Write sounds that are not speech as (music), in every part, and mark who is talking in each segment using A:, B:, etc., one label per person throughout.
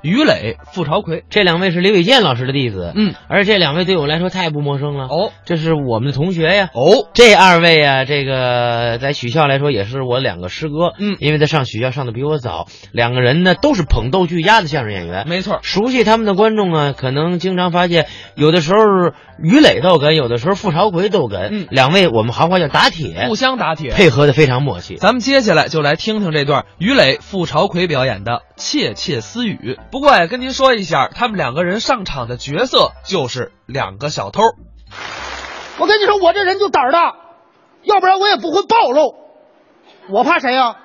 A: 于磊、傅朝奎，这两位是李伟健老师的弟子，
B: 嗯，
A: 而这两位对我来说太不陌生了。
B: 哦
A: 这是我们的同学呀。
B: 哦，
A: 这二位啊，这个在学校来说也是我两个师哥，
B: 嗯
A: 因为他上学校上的比我早，两个人呢都是捧逗俱佳的相声演员。
B: 没错，
A: 熟悉他们的观众啊，可能经常发现，有的时候于磊逗哏，有的时候傅朝奎逗哏，
B: 嗯
A: 两位我们行话叫打铁
B: 互，相打铁。
A: 哎配合的非常默契。
B: 咱们接下来就来听听这段于磊、傅朝奎表演的《窃窃私语》。不过呀，跟您说一下，他们两个人上场的角色就是两个小偷。
C: 我跟你说，我这人就胆儿大，要不然我也不会暴露。我怕谁呀、啊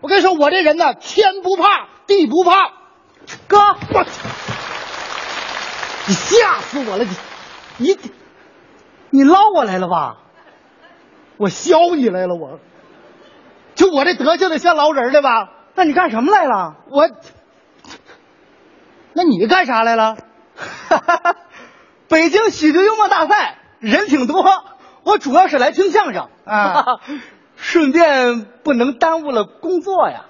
C: 我跟你说，我这人呢，天不怕地不怕。哥，我，你吓死我了！你，你，你捞我来了吧？我削你来了，我。就我这德行得像捞人的吧？那你干什么来了？我，那你干啥来 (laughs) 了？北京喜剧幽默大赛人挺多，我主要是来听相声啊， (laughs) 顺便不能耽误了工作 (laughs) 呀。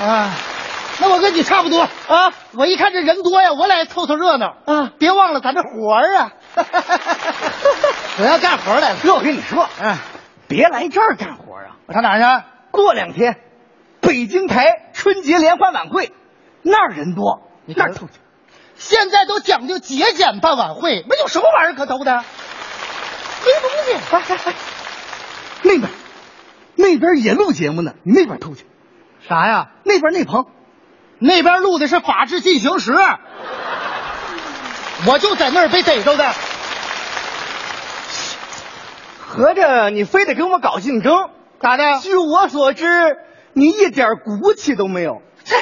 C: 啊，那我跟你差不多啊，我一看这人多呀，我来凑凑热闹啊，别忘了咱这活儿 (laughs) 啊。 (laughs) 我要干活来了。哥，我跟你说，嗯，别来这儿干活啊！我上哪儿去？过两天，北京台春节联欢晚会，那儿人多，那儿凑去。现在都讲究节俭办晚会，那有什么玩意儿可兜的？没东西。来来来，那边，那边也录节目呢，你那边偷去。啥呀？那边那棚，那边录的是《法制进行 (laughs) 时》，我就在那儿被逮着的。合着你非得跟我搞竞争？咋的？据我所知，你一点骨气都没有。切，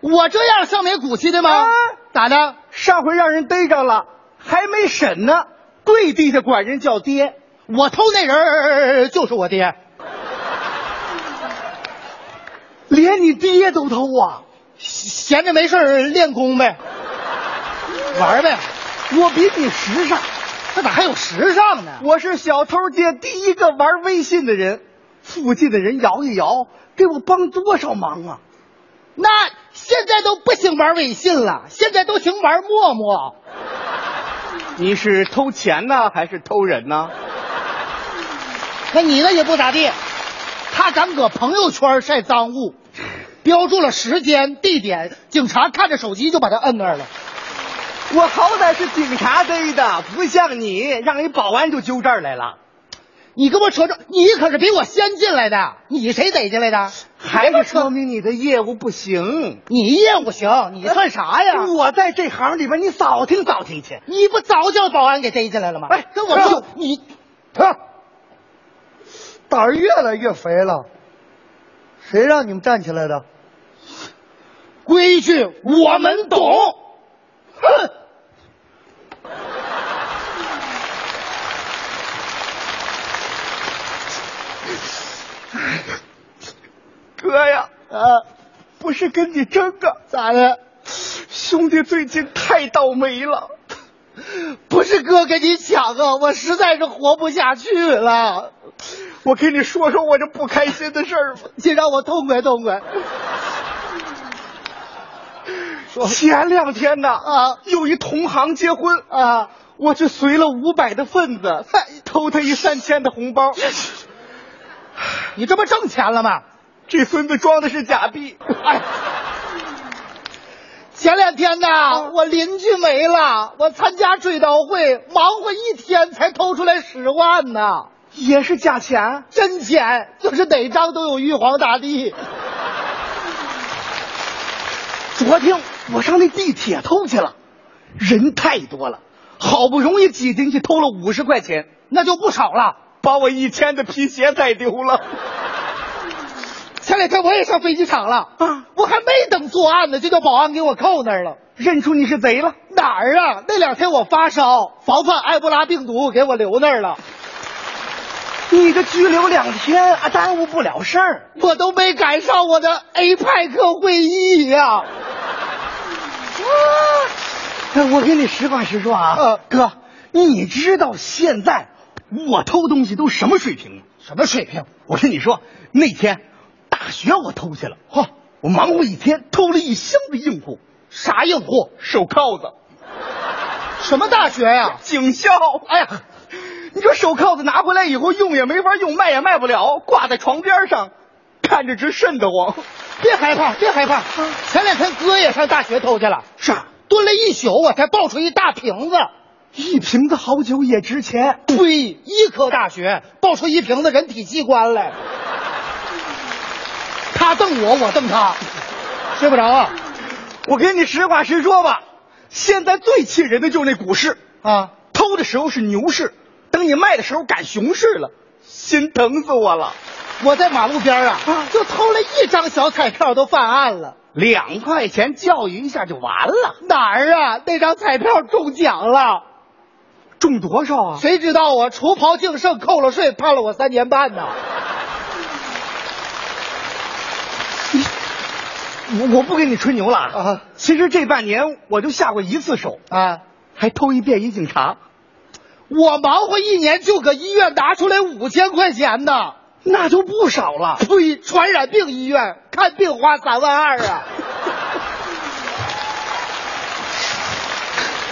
C: 我这样像没骨气的吗？咋的？上回让人逮着了，还没审呢，跪地下管人叫爹。我偷那人儿就是我爹，连你爹都偷啊！闲着没事儿练功呗，玩儿呗。我比你时尚，这咋还有时尚呢？我是小偷界第一个玩微信的人，附近的人摇一摇，给我帮多少忙啊！那现在都不兴玩微信了，现在都兴玩陌陌。 (laughs) 你是偷钱呢，还是偷人呢？那你那也不咋地，他敢搁朋友圈晒赃物，标注了时间、地点，警察看着手机就把他摁那儿了。我好歹是警察逮的，不像你，让一保安就揪这儿来了。你跟我扯扯，你可是比我先进来的，你谁逮进来的？还不说明你的业务不行？你业务行，你算啥呀？我在这行里边，你早听早听去。你不早叫保安给逮进来了吗？哎，跟我说，你，他胆儿越来越肥了。谁让你们站起来的？规矩我们懂。哼。哥呀，啊，不是跟你争啊，咋的？兄弟最近太倒霉了，不是哥跟你抢啊，我实在是活不下去了。我跟你说说我这不开心的事儿吧，你让我痛快痛快。前两天呐，啊，有一同行结婚啊，我去随了五百的份子，偷他一三千的红包。你这不挣钱了吗？这孙子装的是假币。哎，前两天呐，我邻居没了，我参加追悼会，忙活一天才偷出来十万呢。也是假钱，真钱，就是哪张都有玉皇大帝。 (laughs) 昨天我上那地铁偷去了，人太多了，好不容易挤进去偷了五十块钱，那就不少了，把我一千的皮鞋踩丢 (laughs) 了。前两天我也上飞机场了啊，我还没等作案呢，就叫保安给我扣那儿了，认出你是贼了。哪儿啊？那两天我发烧，防范埃博拉病毒，给我留那儿了。你这拘留两天啊，耽误不了事儿。我都没赶上我的 A 派克会议呀、 (laughs) 啊！哎我跟你实话实说啊，哥，你知道现在我偷东西都什啊么水平吗？什么水平？我跟你说，那天大学我偷去了，嚯，我忙活一天，偷了一箱子硬货。啥硬货？
D: 手铐子，
C: 什么大学呀、
D: 警校。
C: 哎呀，
D: 你说手铐子拿回来以后用也没法用，卖也卖不了，挂在床边上，看着直瘆得慌。
C: 别害怕，别害怕。前两天哥也上大学偷去了，
D: 是啊，
C: 蹲了一宿，我才抱出一大瓶子。
D: 一瓶子好酒也值钱。
C: 呸！医科大学抱出一瓶子人体器官来，他瞪我，我瞪他，睡不着啊
D: 我跟你实话实说吧，现在最气人的就是那股市，
C: 啊！
D: 偷的时候是牛市，等你卖的时候赶熊市了，心疼死我了。
C: 我在马路边儿啊
D: 啊，
C: 就偷了一张小彩票都犯案了。
D: 两块钱教育一下就完了，
C: 哪儿啊？那张彩票中奖了，
D: 中多少啊？
C: 谁知道啊？除袍净剩，扣了税，判了我三年半呢。
D: 我我不跟你吹牛了
C: 啊
D: 啊！其实这半年我就下过一次手，
C: 啊！
D: 还偷一便衣警察，
C: 我忙活一年就搁医院拿出来五千块钱呢，
D: 那就不少了。
C: 呸！传染病医院看病花三万二啊！
D: (laughs)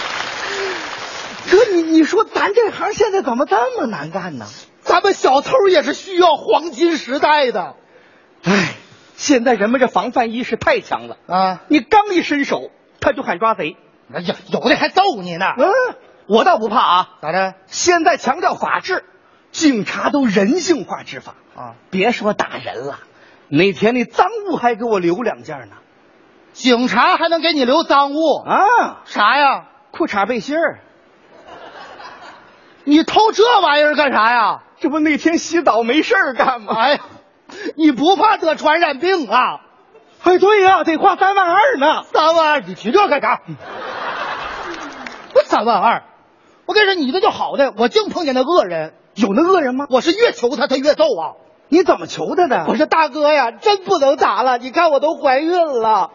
D: 哥，你你说咱这行现在怎么这么难干呢？
C: 咱们小偷也是需要黄金时代的
D: 唉，现在人们这防范意识太强了，
C: 啊！
D: 你刚一伸手，他就喊抓贼。
C: 哎呀，有的还揍你呢，
D: 嗯，我倒不怕啊，
C: 咋的？
D: 现在强调法治，警察都人性化执法
C: 啊！
D: 别说打人了，那天那赃物还给我留两件呢。
C: 警察还能给你留赃物？
D: 啊，
C: 啥呀？
D: 裤衩背心儿，
C: 你偷这玩意儿干啥呀？
D: 这不那天洗澡没事儿干吗？
C: 哎呀，你不怕得传染病啊？
D: 哎，对呀、得花三万二呢。
C: 三万二，你提这干啥？不三万二，我跟你说，你这就好的，我净碰见那恶人，
D: 有那恶人吗？
C: 我是越求他，他越揍啊！
D: 你怎么求他的？
C: 我说大哥呀，真不能打了，你看我都怀孕了，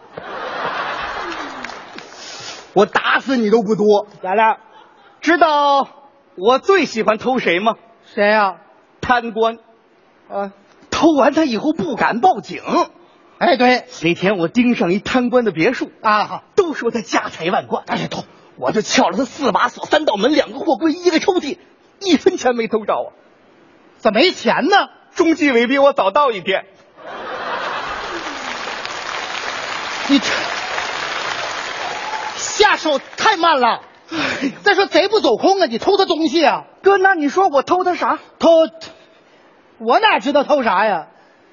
D: 我打死你都不多。
C: 咋了？
D: 知道我最喜欢偷谁吗？
C: 谁呀、
D: 贪官。
C: 啊？
D: 偷完他以后不敢报警。
C: 哎，对
D: 那天我盯上一贪官的别墅，
C: 啊，
D: 都说他家财万贯，哎呀偷，我就撬了他四把锁、三道门、两个货柜、一个抽屉，一分钱没偷着啊！
C: 怎么没钱呢？
D: 中纪委比我早到一天，
C: 你这下手太慢了。再说贼不走空啊，你偷他东西啊？
D: 哎哥，那你说我偷他啥？
C: 偷，我哪知道偷啥呀？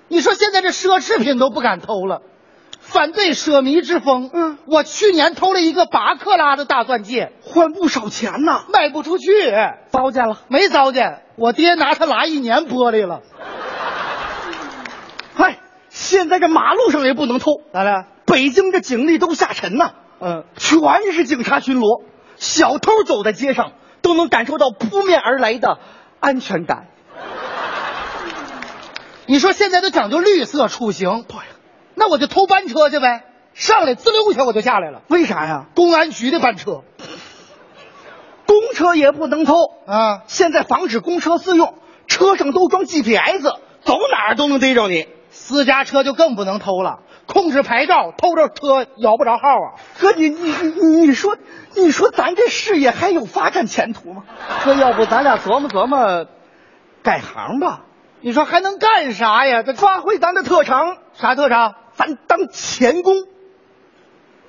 C: 你说现在这奢侈品都不敢偷了，反对奢靡之风。
D: 嗯，
C: 我去年偷了一个八克拉的大钻戒，
D: 换不少钱呢，
C: 卖不出去，
D: 糟践了。
C: 没糟践。我爹拿它拉一年玻璃了，
D: 嗨，哎现在这马路上也不能偷，
C: 咋了？
D: 北京这警力都下沉呐、
C: 嗯，
D: 全是警察巡逻，小偷走在街上都能感受到扑面而来的安全感。
C: 你说现在都讲究绿色出行，那我就偷班车去呗，上来滋溜一下我就下来了，
D: 为啥呀？
C: 公安局的班车
D: 公车也不能偷，
C: 啊，
D: 现在防止公车私用，车上都装 GPS，走哪儿都能逮着你。
C: 私家车就更不能偷了，控制牌照，偷着车摇不着号啊。
D: 哥，你你你你说，你说咱这事业还有发展前途吗？哥，要不咱俩琢磨琢磨，改行吧，
C: 你说还能干啥呀？这
D: 发挥咱的特长，
C: 啥特长？
D: 咱当钳工，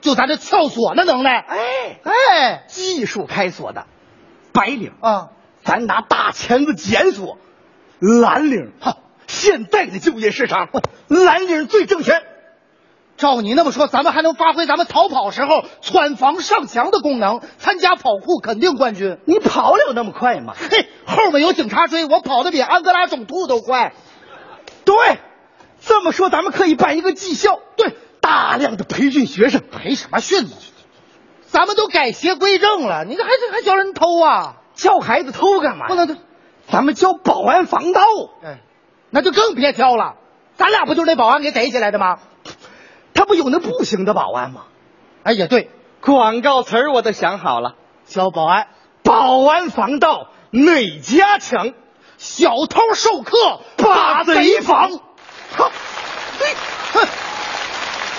C: 就咱这撬锁那能耐。
D: 哎，
C: 哎，
D: 技术开锁的，白领。
C: 啊，
D: 咱拿大钳子检索，蓝领。哈，现在的就业市场，蓝领最挣钱。
C: 照你那么说，咱们还能发挥咱们逃跑时候穿房上墙的功能，参加跑酷肯定冠军。
D: 你跑了有那么快吗？
C: 嘿，后面有警察追，我跑得比安哥拉总督都快。
D: 对，这么说咱们可以办一个技校，对，大量的培训学生。
C: 赔什么训呢？咱们都改邪归正了，你这还这还教人偷啊？
D: 教孩子偷干嘛？嗯
C: 不，能偷，
D: 咱们教保安防盗。
C: 哎，那就更别挑了。咱俩不就是那保安给逮起来的吗？
D: 他不有那不行的保安吗？
C: 哎，也对，
D: 广告词儿我都想好了，
C: 小保安。
D: 保安防盗哪家强？
C: 小偷授课
D: (laughs) 把贼防。
C: 好，哼，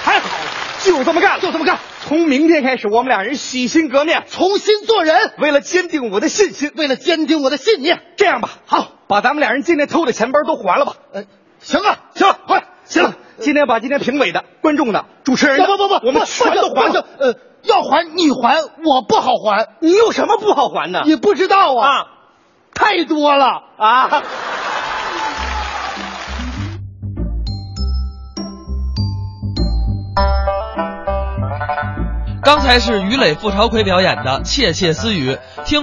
C: 太好了，
D: 就这么干，
C: 就这么干，
D: 从明天开始，我们俩人洗心革面，
C: 重新做人。
D: 为了坚定我的信心，
C: 为了坚定我的信念，
D: 这样吧，
C: 好，
D: 把咱们俩人今天偷的钱包都还了吧。
C: 呃，行了，
D: 行了，
C: 快，
D: 行了，今天把今天评委的、观众的、主持人的，
C: 呃不不不，
D: 我们
C: 不
D: 全都还
C: 不
D: 了
C: 不。呃，要还你还，我不好还，
D: 你有什么不好还的？
C: 你不知道啊，
D: 啊
C: 太多了。
D: 啊！
B: 刚才是于磊、付朝奎表演的《窃窃私语》，听